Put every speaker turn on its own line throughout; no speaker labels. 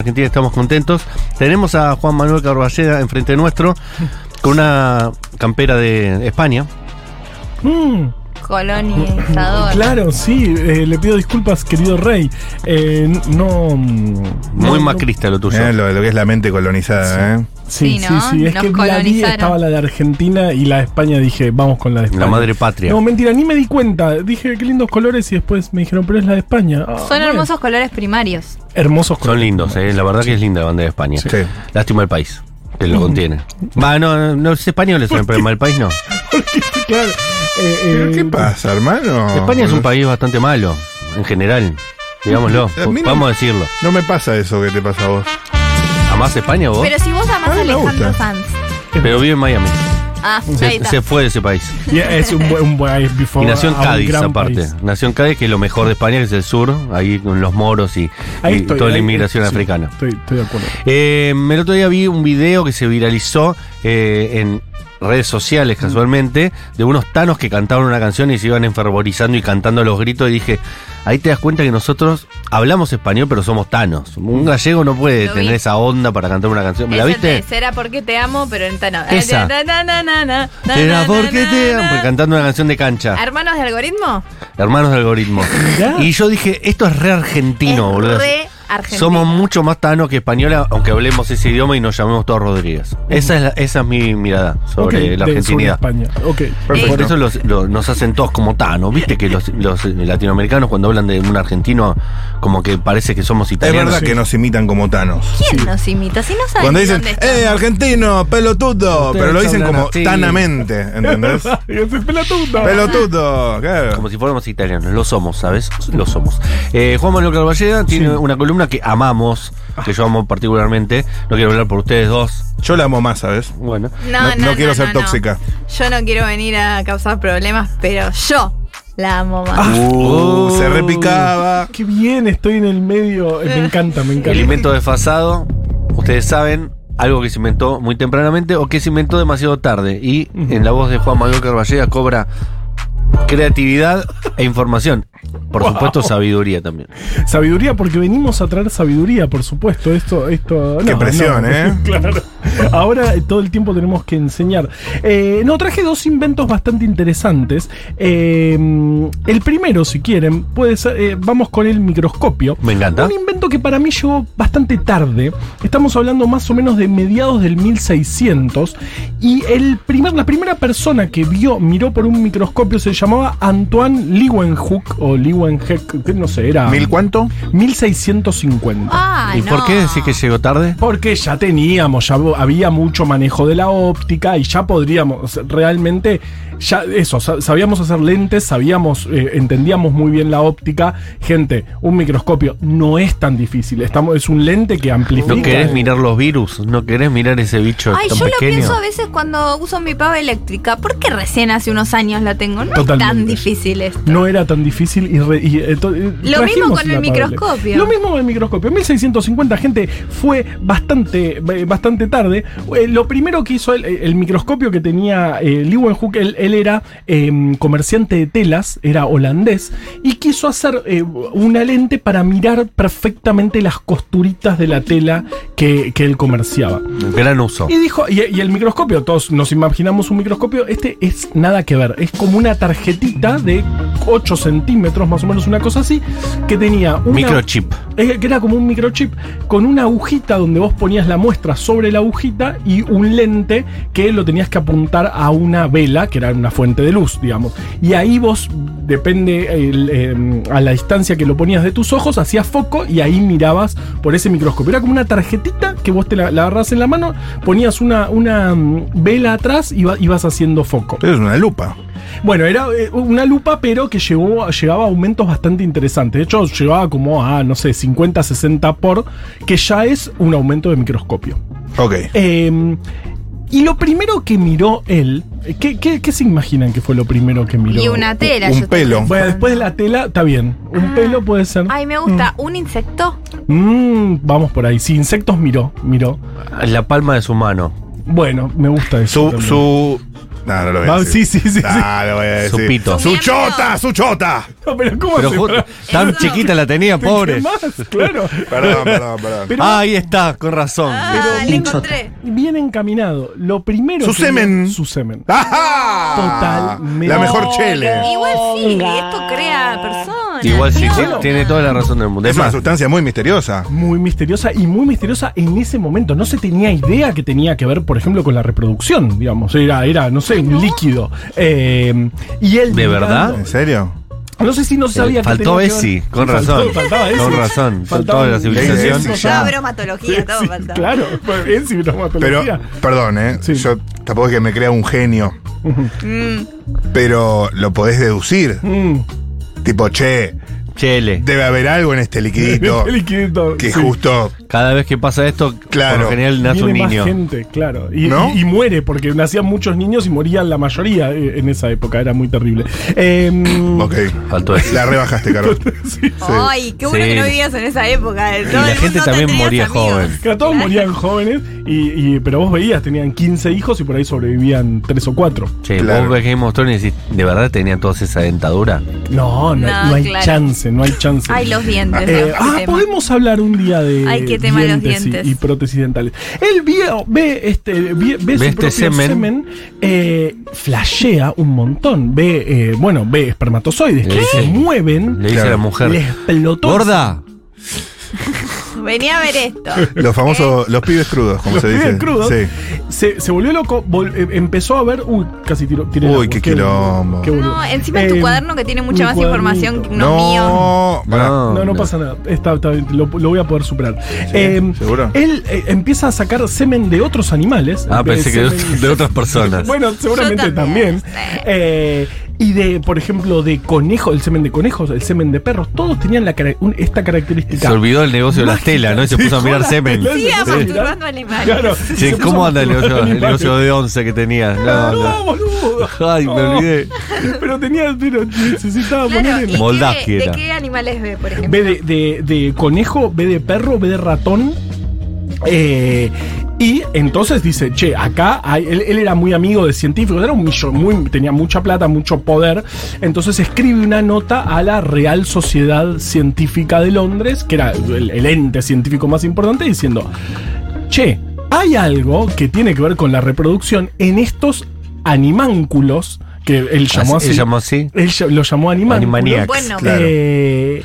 Argentina estamos contentos. Tenemos a Juan Manuel Carballeda enfrente nuestro con una campera de España.
Mm,
colonizador.
claro, sí, eh, le pido disculpas, querido rey. Eh, no. mm,
Muy
no-
macrista lo tuyo.
Eh, lo, lo que es la mente colonizada, ¿eh?
Sí,
Sí,
sí,
¿no?
sí. Es
Nos
que vi la vi,
colonizaron.
estaba la de Argentina y la de España. Dije, vamos con la de España.
La madre patria.
No, mentira, ni me di cuenta. Dije, qué lindos colores. Y después me dijeron, pero es la de España. Ah,
Son
bueno.
hermosos colores primarios.
Son
Hermosos colores.
lindos, eh, la verdad que es linda la bandera de España.
Sí.
Lástima el país que lo contiene. Va, no, no, no, los españoles son el problema, el país no.
Claro. Eh,
¿Pero
eh,
qué pasa, hermano?
España es un país bastante malo, en general. Digámoslo,
A mí no-
vamos a decirlo.
No me pasa eso que te pasa a vos.
¿Amás España vos? Ah,
Pero si vos amás
A
a
mí me
Alejandro
gusta.
Sanz.
Pero vive en Miami.
Ah, ahí
Se,
está.
se fue de ese país.
y es un buen, un buen- es before
Y nació en
a un
Cádiz,
gran
aparte.
país.
Nació en Cádiz, que es lo mejor de España, que es el sur, ahí con los moros y,
Ahí
y
estoy,
toda la
ahí-
inmigración
sí,
africana.
Estoy, estoy de acuerdo.
Eh, el otro día vi un video que se viralizó eh, en redes sociales
Mm.
casualmente de unos tanos que cantaban una canción y se iban enfervorizando y cantando a los gritos y dije, ahí te das cuenta que nosotros hablamos español pero somos tanos.
Mm.
Un gallego no puede
Lo vi.
tener esa onda para cantar una canción. ¿La
Esa
viste?
te- Será porque te amo, pero en tano.
Esa.
Na, na, na, na, na, na,
Era
na,
porque
na,
te
na.
amo, cantando una canción de cancha.
¿Hermanos de algoritmo?
Hermanos de algoritmo.
Mirá.
Y yo dije, esto es re argentino,
Es
boludo.
re argentino.
Somos mucho más tanos que española, aunque hablemos ese idioma y nos llamemos todos Rodríguez. Esa es, la- esa es mi mirada sobre
Ok,
la
de-
argentinidad.
sobre España. Ok.
Perfecto.
Por eso los- los- nos hacen todos como tanos. Viste que los, los latinoamericanos cuando hablan de un argentino, como que parece que somos
Es
italianos.
verdad
sí.
que nos imitan como Thanos.
¿Quién nos imita? Si no sabes
Cuando
ni
dicen,
dónde
¡eh,
estamos.
argentino, pelotudo!
Ustedes
Pero lo dicen
hablan
como
así.
tanamente, ¿entendés?
Y ese es pelotudo.
¡Pelotudo! Claro.
Como si fuéramos italianos, lo somos, ¿sabes? Lo somos. Eh, Juan Manuel Carballeda tiene
Sí.
una columna que amamos, que yo amo particularmente. No quiero hablar por ustedes dos.
Yo la amo más, ¿sabes?
Bueno.
No,
No-
no,
no quiero ser
no.
tóxica.
Yo no quiero venir a causar problemas, pero yo la amo más.
Uh,
Oh.
se repicaba.
Ah, Qué bien, estoy en el medio. Eh, Me encanta, me encanta.
El invento desfasado, ustedes saben, algo que se inventó muy tempranamente o que se inventó demasiado tarde. Y en la voz de Juan Manuel Carballeda cobra creatividad e información. Por supuesto, sabiduría también.
Sabiduría, porque venimos a traer sabiduría, por supuesto. Esto, esto.
Qué presión, ¿eh?
Claro. Ahora eh, todo el tiempo tenemos que enseñar. Eh, no, traje dos inventos bastante interesantes. Eh, el primero, si quieren, puede ser. eh, vamos con el microscopio.
Me encanta.
Un invento que para mí llegó bastante tarde. Estamos hablando más o menos de mediados del 1600. Y el primer, la primera persona que vio, miró por un microscopio, se llamaba Antoine Leeuwenhoek o Leeuwenhoek, que no sé, era.
¿Mil cuánto?
1650.
Ah,
¿Y por
no.
qué decir que llegó tarde?
Porque ya teníamos, ya bo- había mucho manejo de la óptica y ya podríamos realmente, ya eso, sa- sabíamos hacer lentes, sabíamos, eh, entendíamos muy bien la óptica. Gente, un microscopio no es tan difícil, estamos, es un lente que amplifica.
¿No querés
eh,
mirar los virus? ¿No querés mirar ese bicho
Ay,
tan
yo lo
pequeño?
pienso a veces cuando uso mi pava eléctrica. ¿Por qué recién hace unos años la tengo? No
Totalmente.
es tan difícil esto.
No era tan difícil y... re- y, eh, to- eh,
Lo mismo
trajimos
con
la
el
tablet.
microscopio.
Lo mismo con el microscopio. 1650, gente, fue bastante, eh, bastante tarde. Eh, lo primero que hizo él, eh, el microscopio que tenía eh, Leeuwenhoek, él, él era eh, comerciante de telas, era holandés, y quiso hacer eh, una lente para mirar perfectamente las costuritas de la tela que, que él comerciaba.
Gran uso.
Y dijo, y, y el microscopio, todos nos imaginamos un microscopio, este es nada que ver, es como una tarjetita de 8 centímetros, más o menos una cosa así, que tenía un
Microchip.
que era como un microchip con una agujita donde vos ponías la muestra sobre la agujita y un lente que lo tenías que apuntar a una vela, que era una fuente de luz, digamos. Y ahí vos, depende el, eh, a la distancia que lo ponías de tus ojos, hacías foco y ahí mirabas por ese microscopio. Era como una tarjetita que vos te la, la agarrás en la mano, ponías una, una mm, vela atrás y va- ibas haciendo foco.
Pero es una lupa.
Bueno, era eh, una lupa, pero que llegó, llegaba a aumentos bastante interesantes. De hecho, llegaba como a, no sé, 50, 60 por, que ya es un aumento de microscopio.
Ok.
Eh, y lo primero que miró él, eh, ¿qué, qué- qué se imaginan que fue lo primero que miró?
Y una tela.
un
yo estoy
pelo.
Bueno,
pensando.
después de la tela, está bien. Un
Ah.
pelo puede ser.
Ay, me gusta. ¿Un insecto?
Mm, vamos por ahí. Si insectos miró, miró.
La palma de su mano.
Bueno, me gusta eso.
Su,
también.
su, No, no lo voy a
Va-
decir.
sí, sí, sí, sí.
Ah, lo voy a decir.
Su pito.
Su chota, su chota.
No, pero ¿cómo
Pero
se
ju-
para-
tan
Eso-
chiquita la tenía,
te
pobre.
quemás? Claro.
Perdón, perdón, perdón.
Pero-
Ah, ahí está, con razón.
Ah, lo encontré.
Bien encaminado. Lo primero.
Su
que-
semen.
Su semen.
¡Ajá!
Totalmente.
La mejor chele.
Igual sí, esto crea personas.
Igual sí,
Pero-
sí, tiene toda la razón del mundo.
Es
Es
una
más,
sustancia muy misteriosa.
Muy misteriosa y muy misteriosa en ese momento. No se tenía idea que tenía que ver, por ejemplo, con la reproducción, digamos. Era, era no sé, un líquido. Eh, y él.
¿De
mirando-
verdad? Eh,
¿En serio?
No sé si no sabía que
faltó
tenía que ver-
Bessie, con
Faltó-
razón.
faltaba Bessie.
Con razón.
Faltaban-
Toda la
civilización.
Sí,
Toda
Ya.
bromatología, todo
sí,
faltaba.
Claro, en
Pero,
sintomatología.
perdón, ¿eh?
Sí.
Yo tampoco es que me crea un genio.
Mm,
Pero lo podés deducir.
Mm,
Tipo, che,
chele.
debe haber algo en este liquidito
el líquido,
que
sí.
justo.
Cada vez que pasa esto, por
Claro.
lo general nace un
Viene más
niño.
gente, claro. Y,
¿No?
y- y muere, porque nacían muchos niños y morían la mayoría eh, en esa época. Era muy terrible. Eh,
Ok.
Faltó eso.
La rebajaste, Carol.
sí.
Ay, qué bueno
Sí.
que no vivías en esa época.
Y la gente también moría joven.
Claro, todos morían jóvenes, y, y- pero vos veías, tenían 15 hijos y por ahí sobrevivían 3 o 4.
Che,
Claro.
vos ves Game of Thrones y decís, ¿de verdad tenía toda esa dentadura?
No, no,
No,
no hay
claro.
chance, no hay chance.
Ay, los dientes.
Eh,
¿no?
ah,
Qué tema.
podemos hablar un día de
Ay, qué tema los dientes.
Y, y prótesis dentales. Él vie- ve este, vie- ve, su
este
propio
semen.
semen, eh, flashea un montón. Ve, eh, bueno, ve espermatozoides
Le
que se
dice-
mueven.
Le dice a la
Claro.
mujer.
Le explotó.
¿Gorda?
Venía a ver esto.
Los famosos,
Eh.
los pibes crudos, como
Los
se
pibes
dice.
crudos.
Sí.
Se, se volvió loco, vol- eh, empezó a ver. Uy, casi tiró. tiré el
Uy,
agua,
qué
boludo,
quilombo.
qué boludo.
No, encima en tu
Eh,
cuaderno que tiene mucha
mi
más
cuadernito.
información que no, mío.
No, pará.
No,
No, no pasa nada. Está, está bien, lo, lo voy a poder superar. Eh,
¿Seguro?
Él eh, empieza a sacar semen de otros animales.
Ah,
Eh,
pensé que de,
semen-
de otras personas.
Bueno, seguramente
Yo también.
también. Eh, y de, por ejemplo, de conejos, el semen de conejos, el semen de perros, todos tenían la cara- un- esta
Se
característica.
olvidó el negocio de las
Mágica.
telas, ¿no? Y se
Sí,
puso a mirar
hola,
semen.
telas.
Sí,
Sí,
a
sí.
masturbando animales.
Claro.
Che,
Se
¿cómo
puso
anda el negocio, el
animales.
negocio de once que tenía? No,
No,
no.
boludo.
Ay, me
No.
olvidé.
Pero tenía, pero necesitaba
Claro,
poner
¿y
el.
Moldavia
qué- ¿De
era.
qué animales ve, por ejemplo?
Ve de, de- de conejo, ve de perro, ve de ratón. Eh, y entonces dice, che, acá hay- él, él era muy amigo de científicos, era un millo- muy, tenía mucha plata, mucho poder. Entonces escribe una nota a la Real Sociedad Científica de Londres, que era el, el ente científico más importante, diciendo, che, hay algo que tiene que ver con la reproducción en estos animánculos que él
Así-
llamó así.
¿Se Ah, llamó así?
Él ya- lo llamó
Animaniacs.
animánculos.
Bueno,
Claro.
Eh,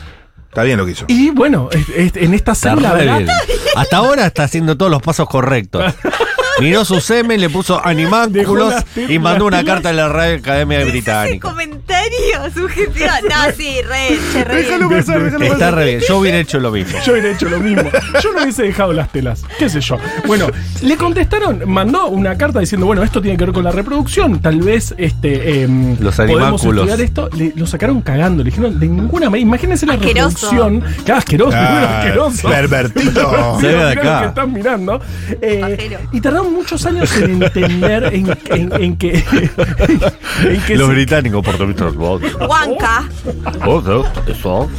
Está bien lo que hizo.
y bueno, es- es- en esta
Está
célula,
re
¿verdad?
bien. Hasta ahora está haciendo todos los pasos correctos. Miró su semen, le puso
Dejó
animánculos
las telas-
y mandó una
las telas.
carta a la Real Academia
ese
Británica.
comentario subjetivo. No, sí, re, che, re bien.
pasar,
Está re bien. Yo hubiera hecho lo mismo.
Yo hubiera hecho lo mismo. Yo no hubiese dejado las telas. ¿Qué sé yo? Bueno, le contestaron, mandó una carta diciendo, bueno, esto tiene que ver con la reproducción. Tal vez este em,
Los
podemos
animáculos.
estudiar esto. Le- lo sacaron cagando. Le dijeron, de ninguna manera. Imagínense la
Asqueroso.
reproducción. Claro, asqueroso, primero
Ah,
asqueroso.
pervertido.
Sí. Salga
Mirá,
de
mirá lo
acá.
que están mirando. Eh,
Pajero.
y tardaron muchos años en entender en, en- en que. en que
Los
se-
británicos por lo
Huanca.
Eso.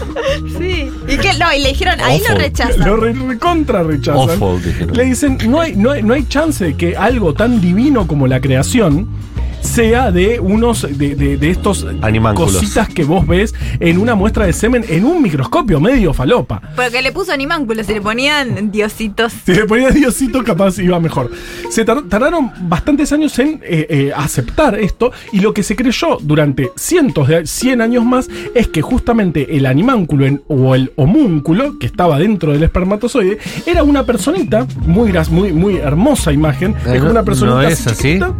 Sí. Y que no, y le dijeron, ahí lo
Ojo.
rechazan.
Lo re- recontra rechazan.
Awful, dijeron.
Le dicen, no hay, no, hay, no hay chance de que algo tan divino como la creación sea de unos de, de- de estos
Animánculos.
cositas que vos ves en una muestra de semen en un microscopio medio falopa.
Porque le puso animánculos y le ponían diositos.
Si le ponía Diosito, capaz iba mejor. Se tar- tardaron bastantes años en eh, eh, aceptar esto y lo que se creyó durante cientos de 100 años más es que justamente el animánculo en- o el homúnculo que estaba dentro del espermatozoide era una personita, muy, gras- muy, muy hermosa imagen,
Eh,
es como
no-
una personita
¿no
así
es así?
chiquitita.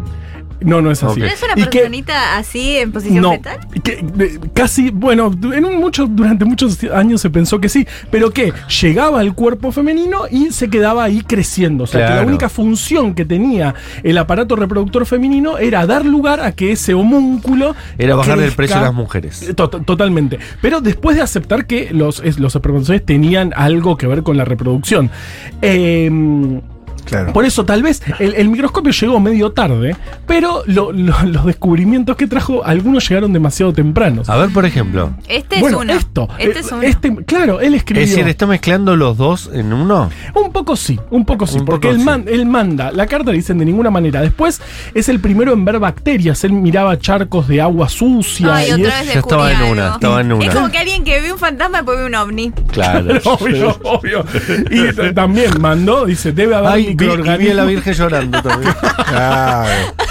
No, no es así.
Ok.
¿No es una
Y que-
personita así en posición
no,
fetal?
que, de- casi, bueno, du- en un mucho, durante muchos años se pensó que sí, pero que llegaba al cuerpo femenino y se quedaba ahí creciendo. O sea, que
Claro.
la única función que tenía el aparato reproductor femenino era dar lugar a que ese homúnculo.
Era bajarle el
crezca-
precio a las mujeres.
To- to- Totalmente. Pero después de aceptar que los, es- los espermatozoides tenían algo que ver con la reproducción. Eh,
Claro.
Por eso tal vez el, el microscopio llegó medio tarde, pero lo- lo- los descubrimientos que trajo, algunos llegaron demasiado tempranos.
A ver, por ejemplo.
Este
bueno,
es uno.
esto,
Este
eh,
es uno.
este- claro, él escribió.
Es decir, está mezclando los dos en uno.
Un poco sí, un poco sí,
Un
porque
poco
él,
sí.
man- él manda la carta, le dicen de ninguna manera. Después es el primero en ver bacterias, él miraba charcos de agua sucia.
Ay,
y
otra
es-
vez
yo estaba
descubrí
en una,
algo.
estaba en una.
Es como que alguien que vio un fantasma después vio un ovni.
Claro.
Obvio, obvio. Y t- también mandó, dice, debe haber
Ay, vi, y vi a la
microorganismos.
Virgen llorando también.
Claro.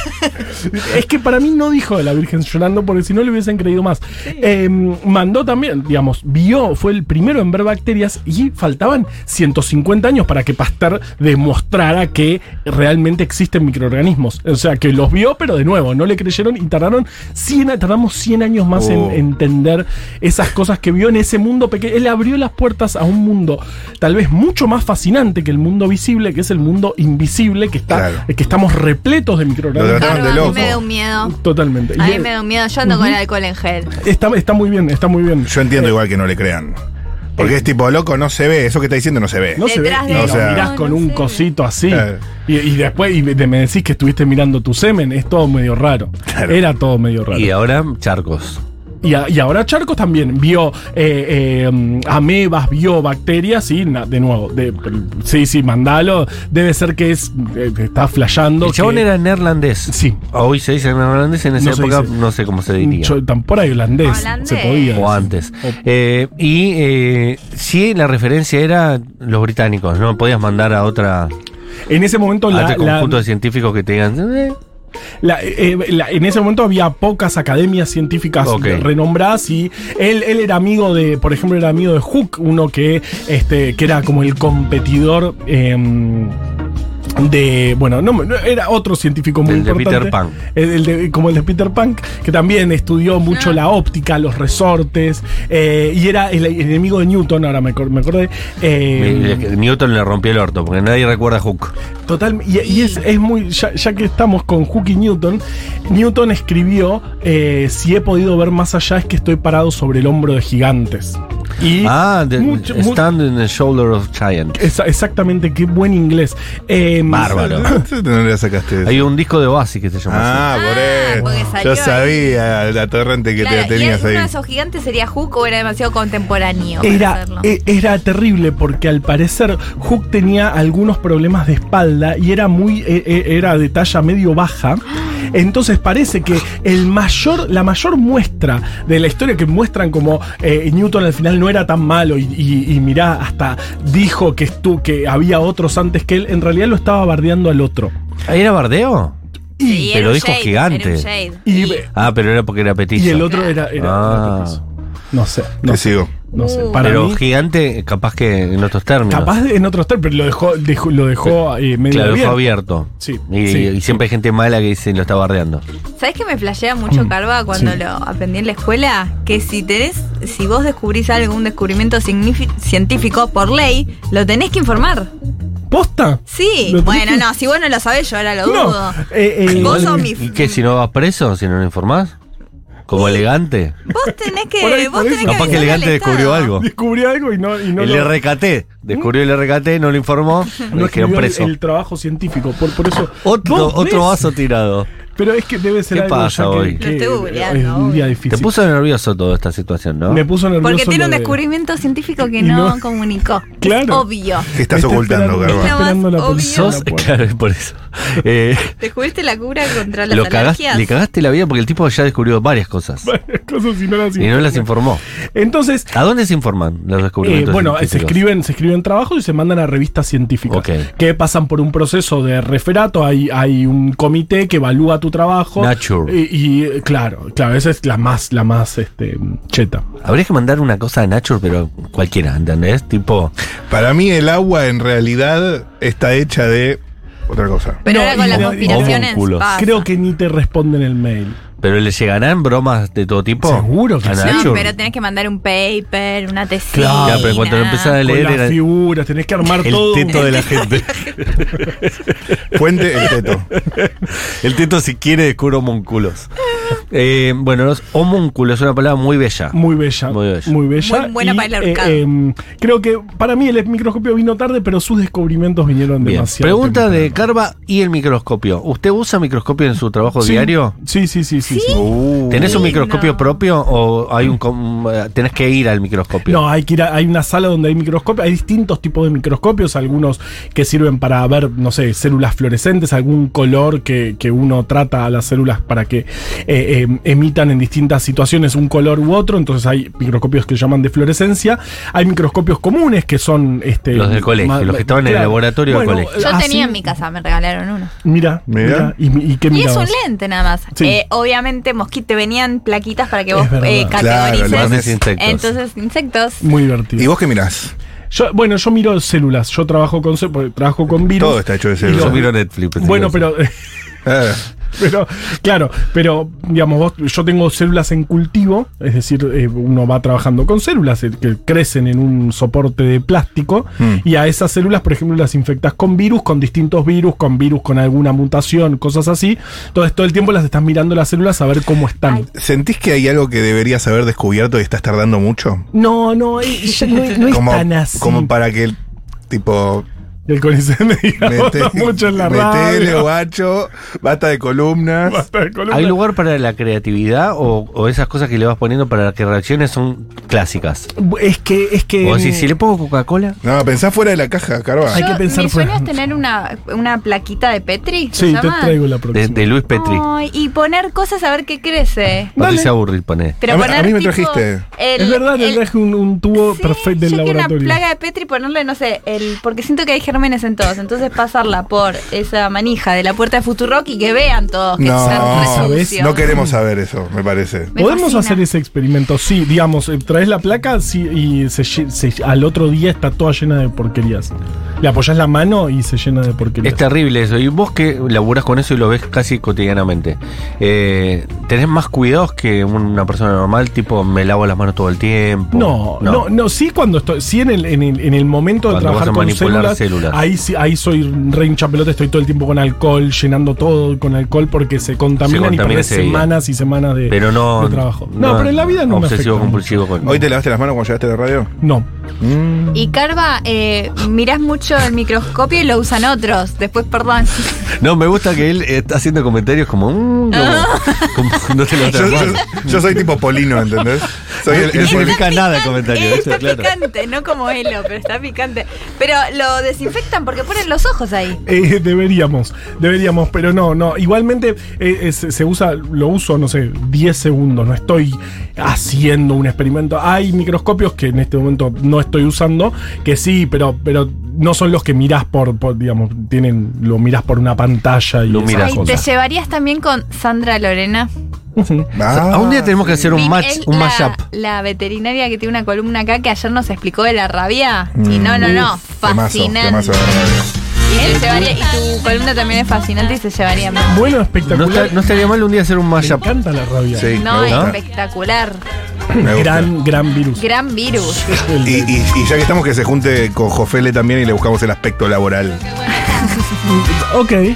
Es que para mí no dijo de la Virgen llorando, porque si no le hubiesen creído más. Eh, mandó también, digamos, vio, fue el primero en ver bacterias y faltaban 150 años para que Pasteur demostrara que realmente existen microorganismos. O sea, que los vio, pero de nuevo, no le creyeron y tardaron 100, a- tardamos 100 años más en
Oh.
entender esas cosas que vio en ese mundo pequeño. Él abrió las puertas a un mundo tal vez mucho más fascinante que el mundo visible, que es el mundo invisible, que, está,
Claro.
que estamos repletos de microorganismos.
Trataron
Claro,
de
a mí
loco.
me da un miedo.
Totalmente.
A
Y,
mí me da un miedo. Yo ando con alcohol en gel.
está, está muy bien, está muy bien.
Yo
Eh,
entiendo igual que no le crean. Porque es tipo loco, no se ve. Eso que está diciendo no se ve.
No se ve,
Detrás
y
de-
lo
O sea-
mirás
No,
con
no
un
sé.
cosito así.
Claro.
Y, y después y te me decís que estuviste mirando tu semen, es todo medio raro.
Claro.
Era todo medio raro.
Y ahora, charcos.
Y, a- y ahora Charcos también vio eh, eh, mm, amebas, vio bacterias y na- de nuevo, de- sí, sí, mandalo. Debe ser que es eh, que está flasheando.
El chabón
que-
era neerlandés.
Sí.
Hoy se dice neerlandés, en esa
No se
época
dice.
no sé cómo se diría.
Yo, tan- por ahí holandés,
Holandés.
se podía.
o
decir.
antes.
O-
Eh, y eh, sí, la referencia era los británicos, ¿no? Podías mandar a otra
En ese momento
a
la,
otro
la-
conjunto de científicos que te digan. "Eh,
La- eh, la- en ese momento había pocas academias científicas
Ok.
renombradas y él, él era amigo de, por ejemplo, era amigo de Hook, uno que, este, que era como el competidor em, de, bueno, no, me- no, era otro científico muy
El de
importante.
Peter Pan.
El- el de- como el de Peter Pan, que también estudió mucho
Ah.
la óptica, los resortes, eh, y era el, enemigo de Newton, ahora me, acor- me acordé. em,
le- le- Newton le rompió el orto, porque nadie recuerda a Hook.
Total, y, y es, es muy. Ya, ya que estamos con Hook y Newton, Newton escribió: eh, Si he podido ver más allá, es que estoy parado sobre el hombro de gigantes. Y
Ah, the-
mucho- mu-
Stand in the Shoulder of Giant.
esa- exactamente, qué buen inglés. Eh,
Bárbaro.
No le sacaste eso.
Hay un disco de Oasis que se llama
Ah, por
Ah, porque
eso.
salió
Yo
ahí.
sabía la torrente que
Claro,
te
y
tenías
alguno de
ahí.
esos gigantes sería Hook o era demasiado contemporáneo. para
Era,
hacerlo?
e- era terrible porque al parecer Hook tenía algunos problemas de espalda y era muy e- e- era de talla medio baja. Entonces parece que el mayor, la mayor muestra de la historia que muestran como eh, Newton al final no era tan malo y, y- y mirá, hasta dijo que, estu- que había otros antes que él, en realidad lo estaba bardeando al otro.
así. ¿Ah, ¿Era Bardeo?
Y,
Sí, era
pero
un
dijo
shade,
gigante.
era un shade.
y-
Ah, pero era porque era petizo.
y el otro era... era-
Ah.
No sé, no
Te
sé.
sigo.
No sé.
Uh.
Para
Pero
mí-
gigante, capaz que en otros términos.
Capaz de- en otros términos, pero lo dejó, dejó- lo dejó eh, medio
Claro, fue
abierto.
abierto.
Sí,
y,
sí.
y siempre hay gente mala que dice lo está bardeando.
¿Sabes que me flashea mucho,
Mm,
Carva, cuando
sí.
lo aprendí en la escuela? Que si tenés, si vos descubrís algún descubrimiento signifi- científico por ley, lo tenés que informar.
¿Posta?
Sí.
¿Lo tenés
Bueno,
que-
no, si vos no lo sabés, yo ahora lo dudo.
No. eh, eh,
Vos sos mi-
¿Y qué? Si no vas preso, si no lo informás. Como elegante.
Vos tenés que.
Por ahí,
vos
por
tenés
eso.
Capaz que
avisarle al
elegante descubrió
Estado.
algo.
Descubrí algo y no. y no
El
lo-
RKT. Descubrió el RKT, no lo informó.
no
lo dijeron
escribió el-
preso.
El, trabajo científico. Por, por eso.
Otro,
dos
otro
veces.
vaso tirado.
Pero es que debe ser
¿Qué
algo ya
pasa
que-
hoy?
que
Lo estoy googleando,
es un día
obvio.
difícil.
Te puso nervioso toda esta situación, ¿no?
Me puso nervioso.
Porque
lo
tiene un
de-
descubrimiento científico que
Y
no,
no-
comunicó.
Claro.
Obvio.
¿Qué estás
Está
ocultando,
esperando-
Lo
Garba?
más
esperando la
obvio.
policía en la
Sos,
puerta.
claro, es por eso. Eh,
Descubriste la cura contra las
lo cagás-
alergias.
le cagaste la vida porque el tipo ya descubrió varias cosas.
Varias cosas y no las
Y no las informó.
Entonces,
¿A dónde se informan los
Eh,
descubrimientos?
bueno, se
científicos?
escriben, se escriben trabajos y se mandan a revistas científicas
Ok.
que pasan por un proceso de referato. Hay, hay un comité que evalúa tu trabajo.
Nature.
Y, y, eh, claro, claro, esa es la más, la más este, cheta.
Habría que mandar una cosa a Nature, pero cualquiera, ¿entendés? Tipo,
Para mí el agua en realidad está hecha de otra cosa.
Pero
No,
ahora con
y
las
no-
conspiraciones.
homúnculos.
pasa.
Creo que ni te responden el mail.
¿pero le llegarán bromas de todo tipo?
Seguro que
a
sí.
No,
Nature?
pero tenés que mandar un paper, una tesis.
Claro, pero en cuanto lo empezás a
Con
leer
las
era
figuras, tenés que armar todo. un-
el teto de la gente.
Fuente el teto.
El teto si quiere descubre monculos. Eh, bueno, los homúnculos es una palabra muy bella.
Muy bella.
Muy bella.
Muy bella.
Muy buena
Y,
para el
eh,
ahorcado.
em, creo que para mí el microscopio vino tarde, pero sus descubrimientos vinieron
Bien.
demasiado.
Pregunta de
temprano.
Carva y el microscopio. ¿Usted usa microscopio en su trabajo
Sí.
diario?
Sí, sí, sí, sí. sí.
Uh.
¿Tenés un
Sí,
microscopio
no.
propio o hay un com- eh, tenés que ir al microscopio?
No, hay que ir a- hay una sala donde hay microscopios, hay distintos tipos de microscopios, algunos que sirven para ver, no sé, células fluorescentes, algún color que, que uno trata a las células para que eh, eh, emitan en distintas situaciones un color u otro, entonces hay microscopios que llaman de fluorescencia, hay microscopios comunes que son... Este,
Los del colegio,
ma-
los que estaban en el laboratorio del colegio.
Yo
así-
tenía en mi casa, me regalaron uno.
Mira, mira,
Mirá.
y, y qué
Y es un E
mirabas?
lente nada más.
Sí.
Eh, obviamente, mosquito, te venían plaquitas para que
Es
vos
verdad.
eh,
Claro,
categorices.
le pones
insectos.
Entonces, insectos.
Muy divertido.
¿Y vos qué mirás?
Yo- bueno, yo miro células, yo trabajo con, cé- porque trabajo con virus.
Todo está hecho de
y los-
Yo
células.
miro Netflix.
Bueno, pero...
Ah,
Pero, claro, pero digamos, vos, yo tengo células en cultivo, es decir, eh, uno va trabajando con células eh, que crecen en un soporte de plástico
Mm.
y a esas células, por ejemplo, las infectas con virus, con distintos virus, con virus con alguna mutación, cosas así. Entonces, todo el tiempo las estás mirando las células a ver cómo están.
Ay.
¿Sentís que hay algo que deberías haber descubierto y estás tardando mucho?
No, no, eh, ya no, no es
como,
tan así.
como para que el tipo
el Conicet me diga
mete-
mucho en la
metele,
radio.
guacho, basta de columnas.
Basta de columna.
¿Hay lugar para la creatividad o, o esas cosas que le vas poniendo para que reacciones son clásicas?
Es que, es que.
O si, si le pongo Coca-Cola,
No, pensá fuera de la caja, Carva.
Hay
Yo-
que pensar
mi sueño
fuera.
es tener una, una plaquita de Petri. ¿se
Sí, te
llama?
traigo la próxima.
de, de Luis Petri.
Ay, y poner cosas a ver qué crece.
Patricia Burril pone.
Pero
A mí- a
poner
mí me
tipo,
trajiste.
el-
es verdad, le
el-
traje un, un tubo
Sí,
perfecto del
yo quiero
laboratorio.
una plaga de Petri y ponerle, no sé, el porque siento que hay gérmenes en todos. Entonces pasarla por esa manija de la puerta de Futurock y que vean todos que
No,
están re
¿sabes?
sucios.
No queremos saber eso, me parece.
Me
Podemos
fascina.
hacer ese experimento, sí, digamos, eh, traes la placa sí, y se lle- se- al otro día está toda llena de porquerías. Le apoyás la mano y se llena de porquerías.
Es terrible eso. Y vos que laburás con eso y lo ves casi cotidianamente, eh, ¿tenés más cuidados que una persona normal? Tipo, me lavo las manos todo el tiempo.
No, no, no, sí cuando estoy, sí en el, en el, en el momento
Cuando
de
vas
trabajar
a
con
manipular
células,
células.
ahí sí, ahí soy re hincha pelota, estoy todo el tiempo con alcohol, llenando todo con alcohol porque se contaminan
contamina
y perdés
ese día.
semanas y semanas de,
Pero no.
de trabajo. No, pero en la vida no me afecta.
Obsesivo
mucho.
compulsivo con.
¿Hoy te lavaste las manos cuando llegaste a la radio?
No.
Mm.
Y Carva, eh, mirás mucho el microscopio y lo usan otros. Después, perdón.
No, me gusta que él está haciendo comentarios como. mm, como-
Ah.
como no te lo
Yo,
traes.
yo- yo soy tipo Polino, ¿entendés? Soy el, el
No
poli-
significa Ah, nada el comentario.
Eh,
eso,
está
claro.
picante, no como helo, pero está picante. Pero lo desinfectan porque ponen los ojos ahí.
Eh, deberíamos, deberíamos, pero no, no. Igualmente eh, eh, se, se usa, lo uso, no sé, 10 segundos. No estoy haciendo un experimento. Hay microscopios que en este momento no estoy usando, que sí, pero, pero no son los que mirás por, por, digamos, tienen, lo mirás por una pantalla y
Lo
esas
mirás.
Ay, te
cosas.
llevarías también con Sandra Lorena.
O sea,
Ah.
a un día tenemos que hacer un
Vic
match,
es
un
la,
mashup.
La veterinaria que tiene una columna acá que ayer nos explicó de la rabia. y
Mm.
no, no, no.
Temazo,
Fascinante.
temazo.
Y, se llevaría- y tu columna también es fascinante y se llevaría más.
Bueno,
No,
espectacular.
está- no estaría mal un día hacer un
Me
mashup.
encanta la rabia.
Sí,
No,
me gusta.
espectacular.
me gusta.
Gran, gran virus.
Gran virus.
El-
Y, y- y ya que estamos, que se junte con Jofele también y le buscamos el aspecto laboral.
ok.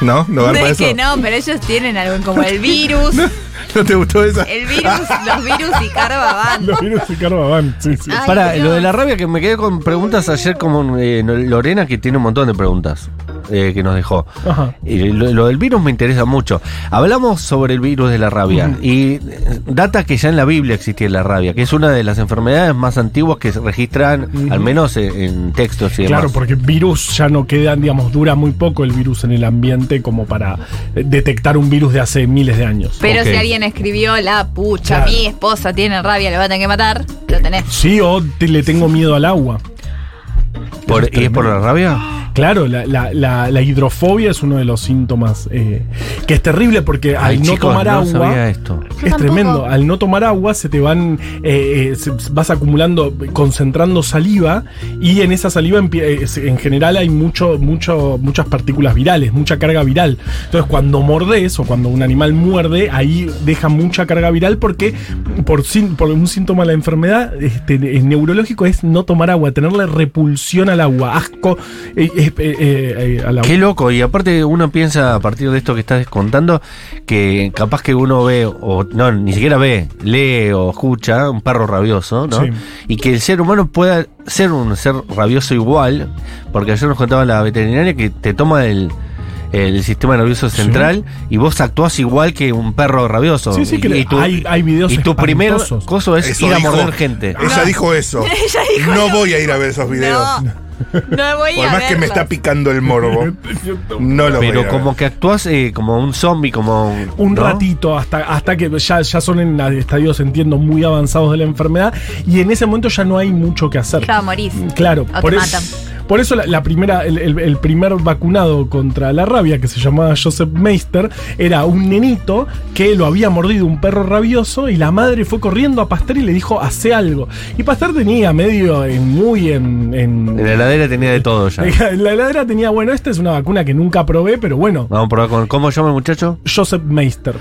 ¿No? ¿No
No
van para
es
eso?
que no, pero ellos tienen algo en común. El virus,
¿No te gustó esa?
el virus, los virus y carva van.
Los virus de Carvaván. Sí, sí.
Ay,
Para,
Dios.
lo de la rabia que me quedé con preguntas ayer como eh, no- Lorena que tiene un montón de preguntas eh, que nos dejó.
Ajá.
Y lo, lo del virus me interesa mucho. Hablamos sobre el virus de la rabia y eh, data que ya en la Biblia existía la rabia, que es una de las enfermedades más antiguas que se registran, al menos en, en textos y demás.
Claro, porque virus ya no quedan, digamos, dura muy poco el virus en el ambiente como para eh, detectar un virus de hace miles de años.
Pero
Ok.
si alguien escribió la pucha,
Claro.
mi esposa tiene rabia, le va a tener que matar, lo tenés.
Sí, o te- le tengo miedo al agua.
Por- ¿Y es por la rabia?
Claro, la, la- la- la hidrofobia es uno de los síntomas eh, que es terrible porque al
Ay,
no
chicos,
tomar
no
agua.
sabía esto.
Es
tampoco.
tremendo. Al no tomar agua se te van, eh, eh, se- vas acumulando, concentrando saliva y en esa saliva empie- eh, se- en general hay mucho, mucho, muchas partículas virales, mucha carga viral. Entonces cuando mordes o cuando un animal muerde, ahí deja mucha carga viral porque por, sin- por un síntoma de la enfermedad este, es neurológico es no tomar agua, tenerle repulsión al agua, asco, eh, es eh, eh, eh, a la
Qué loco, y aparte uno piensa a partir de esto que estás contando, que capaz que uno ve, o no, ni siquiera ve, lee o escucha un perro rabioso, ¿no?
Sí.
Y que el ser humano pueda ser un ser rabioso igual, porque ayer nos contaba la veterinaria que te toma el, el sistema nervioso central y vos actuás igual que un perro rabioso.
Sí, sí,
y,
que le-
y tu,
hay- hay videos
Y tu primer
espantosos.
coso es
Eso
ir a
dijo.
morder gente.
Ella dijo eso.
Ella dijo
no
eso.
voy a ir a ver esos videos.
No, no voy
Por
a
más que me
verlos.
está picando el morbo. No lo voy a
Pero
ver.
como que actuás eh, como un zombie, como un,
un
¿no?
ratito hasta, hasta que ya, ya son en estadios, entiendo, muy avanzados de la enfermedad y en ese momento ya no hay mucho que hacer.
Claro, morís.
Claro,
O
por,
te
eso- por eso la, la primera, el, el- el primer vacunado contra la rabia, que se llamaba Joseph Meister, era un nenito que lo había mordido un perro rabioso y la madre fue corriendo a Pasteur y le dijo, hace algo. Y Pasteur tenía medio en- muy en... en-
En la heladera tenía de todo ya.
en la heladera tenía, bueno, esta es una vacuna que nunca probé, pero bueno,
Vamos a probar con. ¿Cómo llama el muchacho?
Joseph Meister.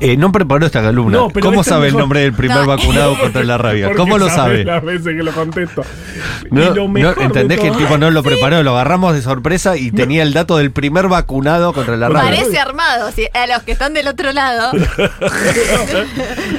Eh, no preparó esta columna.
No, pero
¿Cómo
este
sabe el
mejor-
nombre del primer
No.
vacunado contra la rabia?
Porque
¿Cómo lo sabe?
Las veces que lo contesto.
No,
Y lo
no,
mejor de
¿Entendés que el
todo-
tipo no lo preparó? Lo agarramos de sorpresa y tenía el dato del primer vacunado contra la rabia.
Parece armado, si- a los que están del otro lado.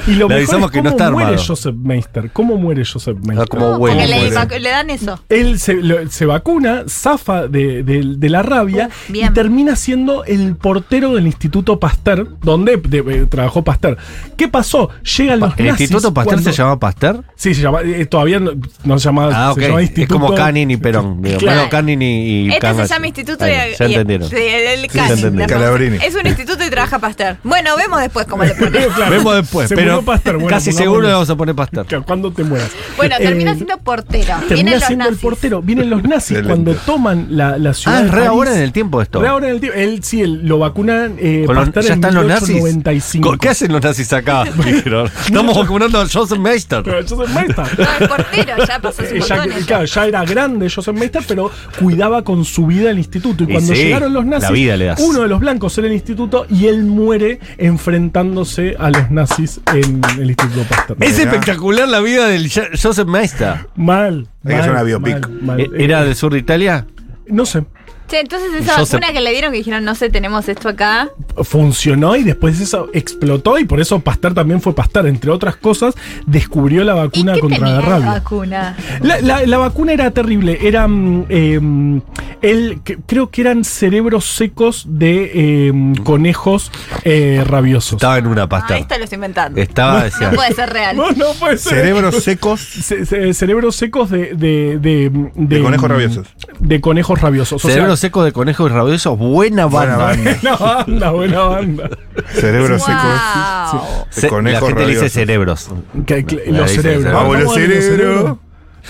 Y lo
Le
mejor
avisamos
es
que no
cómo
está
muere
armado.
Joseph Meister. ¿Cómo muere Joseph Meister?
Ah, como huevo.
Porque le,
muere.
vacu- le dan eso.
Él se, lo- se vacuna, zafa de, de- de la rabia
Uh, bien.
y termina siendo el portero del Instituto Pasteur, donde de- de- trabajó Pasteur. ¿Qué pasó? Llegan
Pa-
los
¿El
nazis
Instituto Pasteur
cuando-
se llama Pasteur?
Sí, se llama, eh, todavía no, no se llama,
Ah, ok.
se llama
Es
Instituto.
como Canin y Perón. digo.
Claro.
Bueno, Canin y, y
Este
Cangas.
se llama Instituto
Ahí,
de.
Ya
y-
entendieron.
de- el
Sí,
Cali,
ya entendieron.
la-
Calabrini.
Es un instituto y trabaja Pasteur. Bueno, vemos después cómo le ponen.
Claro.
Vemos después,
Se
pero
murió Pasteur, bueno,
casi
pongamos-
seguro le vamos a poner Pasteur.
Claro, Cuando te mueras.
Bueno, termina
Eh,
siendo portero. Vienen
Termina
los
siendo el
nazis.
portero. Vienen los nazis
Excelente.
cuando toman la, la ciudad.
Ah,
de
es re
París.
ahora en el tiempo esto.
Re ahora en el tiempo. Él sí, él- lo vacunan. Eh,
Con los-
Pasteur
¿Ya
en
están los nazis?
1895.
¿Con- ¿Qué hacen los nazis acá? Dijeron, Estamos vacunando a Joseph Meister.
Pero Joseph Meister.
No, el portero, ya pasó su
Eh, ya,
montón.
claro, ya era grande Joseph Meister, pero cuidaba con su vida el instituto. Y
Y
cuando
sí,
llegaron los nazis,
la vida le das.
uno de los blancos era el instituto y él muere enfrentándose a los nazis en el instituto Pasteur.
Es
Mirá.
espectacular la vida del Jo- Joseph Meister.
Mal.
Hay que
mal,
hacer una biopic.
mal, mal. Eh,
Eh, ¿Era del sur de Italia?
No sé.
Che, entonces esa
Yo
vacuna
sé-
que le dieron que dijeron, no sé, tenemos esto acá.
funcionó y después eso explotó y por eso Pasteur también fue Pasteur, entre otras cosas, descubrió la
¿Y
vacuna
qué
contra
tenía
la
la
rabia.
vacuna?
La, la- la vacuna era terrible, era mm, eh, mm, el, que- creo que eran cerebros secos de eh, mm, conejos eh, rabiosos.
Estaba en una
Ah,
pasta.
esto lo estoy inventando.
Estaba, decía,
No puede ser real.
No, no puede ser.
Cerebros secos
Ce- ce- cerebros secos de, de, de, mm,
de conejos rabiosos.
De conejos rabiosos. O sea,
cerebro seco de conejos rabiosos, buena banda.
Buena banda.
Buena banda, buena banda.
Cerebros
Ah,
secos
Wow.
de
Se- la
conejos
gente le dice
rabiosos.
cerebros.
Que- que-
Ahí
los
dice,
cerebros.
cerebro.
Vamos los
Vamos a ver los cerebros.
cerebros.
ah,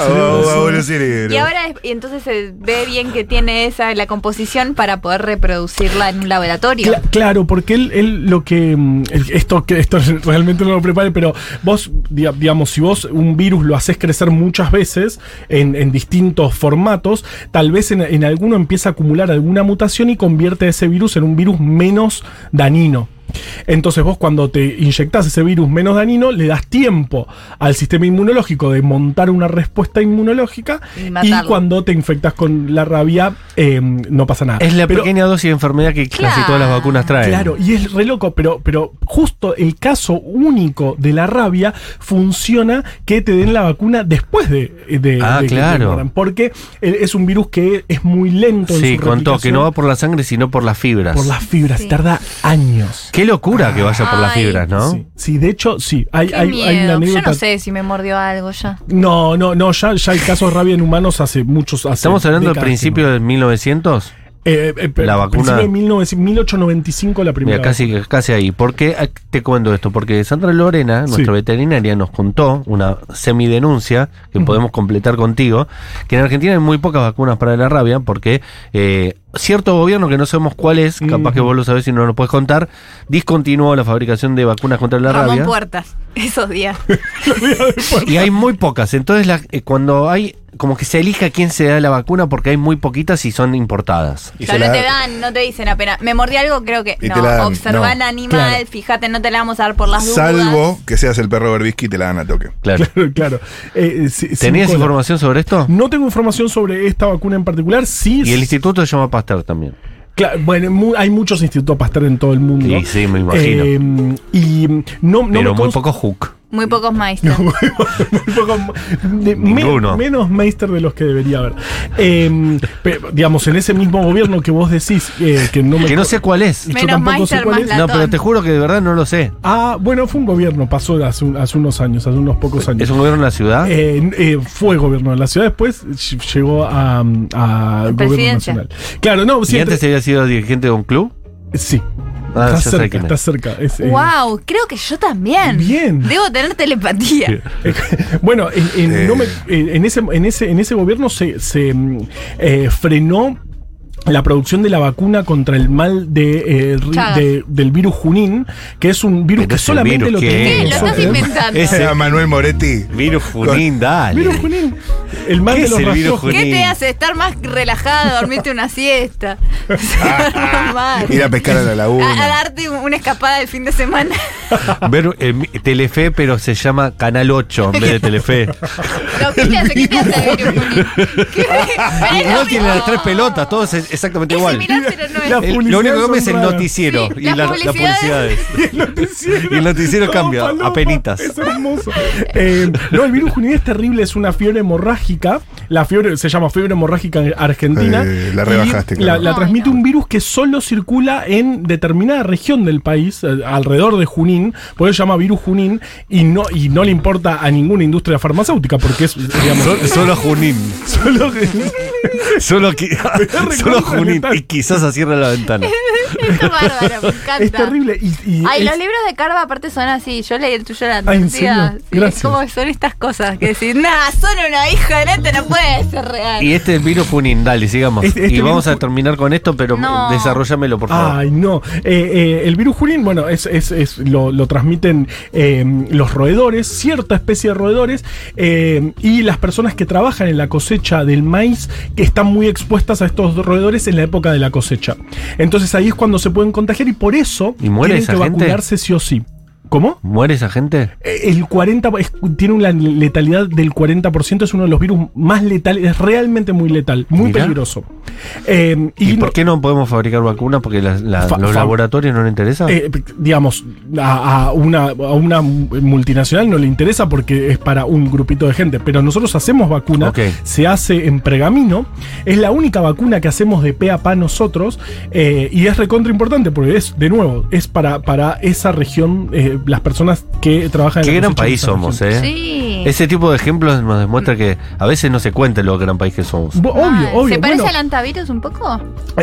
Vamos vamos los
Y
cerebros.
ahora es- y entonces se ve bien que tiene esa la composición para poder reproducirla en un laboratorio.
Cla- claro, porque él, él lo que. mm, el- Esto, que esto realmente no lo prepare, pero vos, diga- digamos, si vos un virus lo haces crecer muchas veces en, en distintos formatos, tal vez en, en alguno empieza a acumular alguna mutación y convierte ese virus en un virus menos dañino. Entonces vos cuando te inyectás ese virus menos dañino, le das tiempo al sistema inmunológico de montar una respuesta inmunológica
Y
y,
matarlo.
cuando te infectas con la rabia eh, no pasa nada.
Es la
Pero-
pequeña dosis de enfermedad que casi
Claro.
todas las vacunas traen.
Claro, y es re loco, pero, pero justo el caso único de la rabia funciona que te den la vacuna después de, de-
Ah,
de que te
claro.
mueran, porque eh, es un virus que es muy lento en
Sí,
su
contó que
replicación
no va por la sangre, sino por las fibras.
por las fibras,
Sí.
tarda años.
Qué locura que vaya por las
Ay.
fibras, ¿no?
Sí, sí, de hecho, sí, hay,
Qué
hay- hay una
miedo. Yo
anécdota.
no sé si me mordió algo ya.
No, no, no, ya, ya hay casos de rabia en humanos hace muchos hace
Estamos hablando del
décadas que
principio del 1900.
no. Eh, eh, eh,
la vacuna.
principio de 1900 1895 la primera.
Mira, casi, casi ahí. ¿Por qué ah, te cuento esto? Porque Sandra Lorena,
Sí.
nuestra veterinaria, nos contó una semidenuncia que podemos completar contigo, que en Argentina hay muy pocas vacunas para la rabia porque eh, cierto gobierno, que no sabemos cuál es, capaz
Ujú.
que vos lo sabés y no lo puedes contar, discontinuó la fabricación de vacunas contra la
Ramón
rabia.
Puertas, esos días.
Y hay muy pocas. Entonces, la- eh, cuando hay, como que se elija quién se da la vacuna, porque hay muy poquitas y son importadas.
Y
O sea,
se
no
la-
te dan, no te dicen apenas. Me mordí algo, creo que.
Y
no,
te la dan,
observa al
no.
animal,
Claro.
fíjate, no te la vamos a dar por las dudas.
Salvo que seas el perro Berbisky y te la dan a toque.
Claro.
Claro, claro. Eh, eh, si- sin
¿Tenías
cola.
información sobre esto?
No tengo información sobre esta vacuna en particular. Sí,
Y el instituto se llama Pasteur también.
Cla- bueno, mu- hay muchos institutos Pasteur en todo el mundo.
Sí, sí, me imagino.
Eh, y mm, no, no me
Pero muy
consta-
poco hook.
Muy pocos maestros.
muy poco- de- me-
Ninguno.
menos Meister de los que debería haber. Eh, pero, digamos, en ese mismo gobierno que vos decís eh, que no me.
Que no sé cuál es.
yo
Menos
tampoco sé
Meister,
cuál
más
es.
Platón.
No, pero te juro que de verdad no lo sé.
Ah, bueno, fue un gobierno, pasó hace, un- hace unos años, hace unos pocos años.
¿Es un gobierno de la ciudad?
Eh, eh, fue gobierno de la ciudad, después ll- llegó a, mm, a gobierno
Presidencia.
nacional. Claro, no, sí,
¿Y antes había sido dirigente de un club?
sí.
Ah,
está
ya sé
cerca,
quién es.
está cerca. es, eh,
wow, creo que yo también.
Bien.
Debo tener telepatía.
Bueno, en, en-
Eh.
no me- en- en ese, en, ese, en ese gobierno se, se, mm, eh, frenó la producción de la vacuna contra el mal de, eh, ri-
Chagas.
de- del virus Junín, que es un virus
Pero
que
ese
solamente
virus,
lo
¿qué
tenemos.
¿Qué? Lo
es?
estás
nosotros.
inventando.
Ese-
A Manuel Moretti.
Virus Junín, dale.
Virus Junín. El mal
¿Qué
de
es
los
el virus
rastrojos.
Junín?
¿Qué te hace estar más relajado, dormirte una siesta? Dormir más.
Ir a pescar a la
A, a
laguna.
darte un- una escapada el fin de semana.
Ver, eh, mi- Telefe, pero se llama Canal 8 en vez de Telefe.
No, ¿Qué te hace? ¿Qué te hace el virus Junín? ¿Qué? Pero es lo
Igual Ah, tiene
mismo.
las tres pelotas, todos es exactamente
Es
igual.
similar, Ah, pero no es.
La-
El- lo único que cambia es el
Publicidades son
noticiero
raras.
y
Sí,
la-
las
las
publicidades.
publicidades. Y el noticiero
Todo
cambia,
falopa,
apenitas.
Es hermoso. Eh, no, el virus Junín es terrible, es una fiebre hemorrágica. La fiebre se llama fiebre hemorrágica en argentina.
Eh, la
Y
rebajaste,
La,
claro.
la
Ay,
transmite
no.
un virus que solo circula en determinada región del país, eh, alrededor de Junín. Por eso se llama virus Junín y no, y no le importa a ninguna industria farmacéutica porque es, digamos,
Sol- solo Junín.
solo-
Solo, qui- solo Junín. Y quizás así cierra la ventana.
Está bárbaro, me encanta.
es terrible. Y, y
Ay,
es-
los libros de Carva aparte son así. Yo leí el tuyo la
Ay, ¿en
sí,
serio? Gracias.
Es como que son estas cosas que decís, nah, son una hija de neta, no puede ser real.
Y este es virus Junín, dale, sigamos.
Este- este
y vamos
virus
a
Junín-
terminar con esto, pero
No.
desarrollamelo, por favor.
Ay, no. Eh, eh, el virus Junín, bueno, es, es- es- lo, lo transmiten eh, los roedores, cierta especie de roedores, eh, y las personas que trabajan en la cosecha del maíz, que están muy expuestas a estos roedores en la época de la cosecha. Entonces ahí es cuando se pueden contagiar y por eso
¿Y muere
tienen
esa
que
gente?
vacunarse sí o sí. ¿Cómo?
¿Muere esa gente?
Eh, El 40 es- tiene una letalidad del 40%, es uno de los virus más letales, es realmente muy letal, muy
Mirá.
peligroso. Eh,
¿Y,
no-
por qué no podemos fabricar vacunas? ¿Porque las- la-
Fa-
los
fa-
laboratorios no les interesa?
Eh, digamos, a, a una, a una multinacional no le interesa porque es para un grupito de gente, pero nosotros hacemos vacuna,
Ok.
se hace en pergamino, es la única vacuna que hacemos de pe a pa nosotros eh, y es recontra importante porque es, de nuevo, es para, para esa región, eh, las personas que trabajan
qué
en la
gran
cosecha de
país
esa
somos,
región.
¿eh?
Sí.
Ese tipo de ejemplos nos demuestra que a veces no se cuenta lo gran país que somos.
Bo- Obvio,
Mal.
obvio.
Ah, ¿Se parece
bueno,
al antivirus un poco?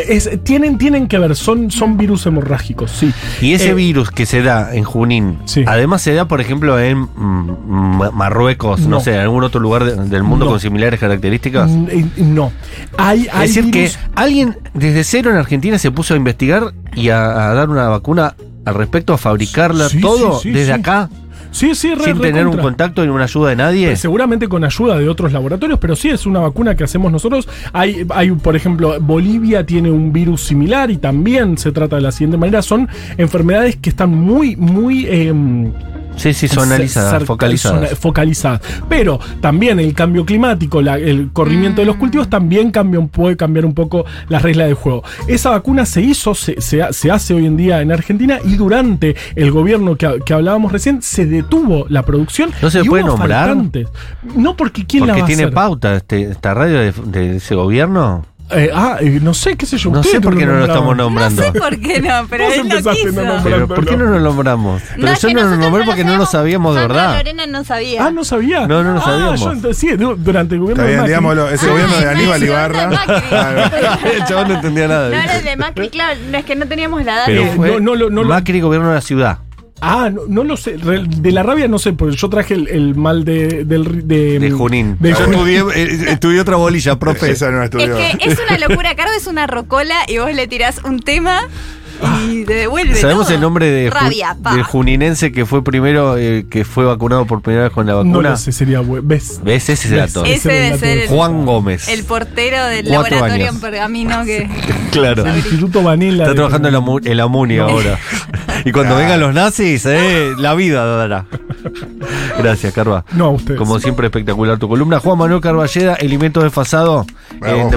es- tienen, tienen que ver, son, son virus hemorrágicos, sí.
Y ese
Eh,
virus que se da en Junín,
Sí.
además se da, por ejemplo, en mm, Ma- Marruecos, no.
No.
sé, en algún otro lugar de- del mundo
No.
con similares características.
mm, eh, No. Hay, hay
es decir,
virus-
que alguien desde cero en Argentina se puso a investigar y a, a dar una vacuna al respecto, a fabricarla
Sí,
todo
sí, sí,
desde
sí.
acá,
Sí, sí, re-
sin tener un
recontra.
contacto ni una ayuda de nadie.
Pues Seguramente con ayuda de otros laboratorios, pero sí es una vacuna que hacemos nosotros. Hay, hay, por ejemplo, Bolivia tiene un virus similar y también se trata de la siguiente manera. Son enfermedades que están muy, muy... em,
Sí, sí, son
cer-
analizadas,
cer-
focalizadas.
zona- focalizadas. Pero también el cambio climático, la- el corrimiento de los cultivos también cambia, un- puede cambiar un poco las reglas del juego. Esa vacuna se hizo, se, se ha- se hace hoy en día en Argentina y durante el gobierno que, ha- que hablábamos recién se detuvo la producción.
¿No se
y
puede
hubo
nombrar?
faltantes. No porque quién la
Porque
va a
tiene
hacer?
pauta este- esta radio de, de ese gobierno.
Eh, ah, eh, no sé, qué sé yo.
No
ustedes
sé por qué no lo
nombraron.
estamos
No
nombrando.
sé por qué no, pero
Vos
él lo
empezaste
quiso.
nombrando.
Pero ¿por qué no lo nombramos? Pero
es
yo
que
no lo
nosotros
nombré porque no lo sabíamos de
Sandra
verdad.
Lorena no sabía.
Ah, no sabía.
No, no lo
Ah,
sabíamos.
yo ent- sí, du- durante el gobierno
Está
de
bien,
Macri.
digámoslo. Ese
Ay,
gobierno de
no,
Aníbal
no,
Ibarra.
no, no,
Claro.
El chaval no entendía
No
nada.
era el de Macri, claro, no es que no teníamos la data.
Pero
Eh,
fue
no, no lo- no lo-
Macri gobierno de la ciudad.
Ah, no, no lo sé. Re- De la rabia no sé, porque yo traje el, el mal de, del, ri- de, mm,
De Junín. Ah,
de
Yo
Junín.
estudié, eh, estudié otra bolilla, profe.
Esa no estudió.
Es que es una locura. Caro es una rocola y vos le tirás un tema y te devuelve.
Ah, Sabemos
todo.
el nombre de, Ju-
Rabia, pa.
del juninense que fue primero, eh, que fue vacunado por primera vez con la
No
vacuna.
lo sé, sería bueno. ¿Ves?
¿Ves? Ese es el
¿Ves?
dato.
Es- Ese
era el
debe
dato.
ser el-
Juan Gómez.
El portero del
Cuatro
laboratorio
años.
en pergamino que.
claro.
El Instituto Vanilla.
Está
de-
trabajando en la, mu- en la MUNI ahora. Y cuando
Ah.
vengan los nazis, eh, la vida dará. Gracias, Carva.
No, a ustedes.
Como siempre, espectacular tu columna. Juan Manuel Carballeda, Alimento desfasado.
Bravo.
Eh, te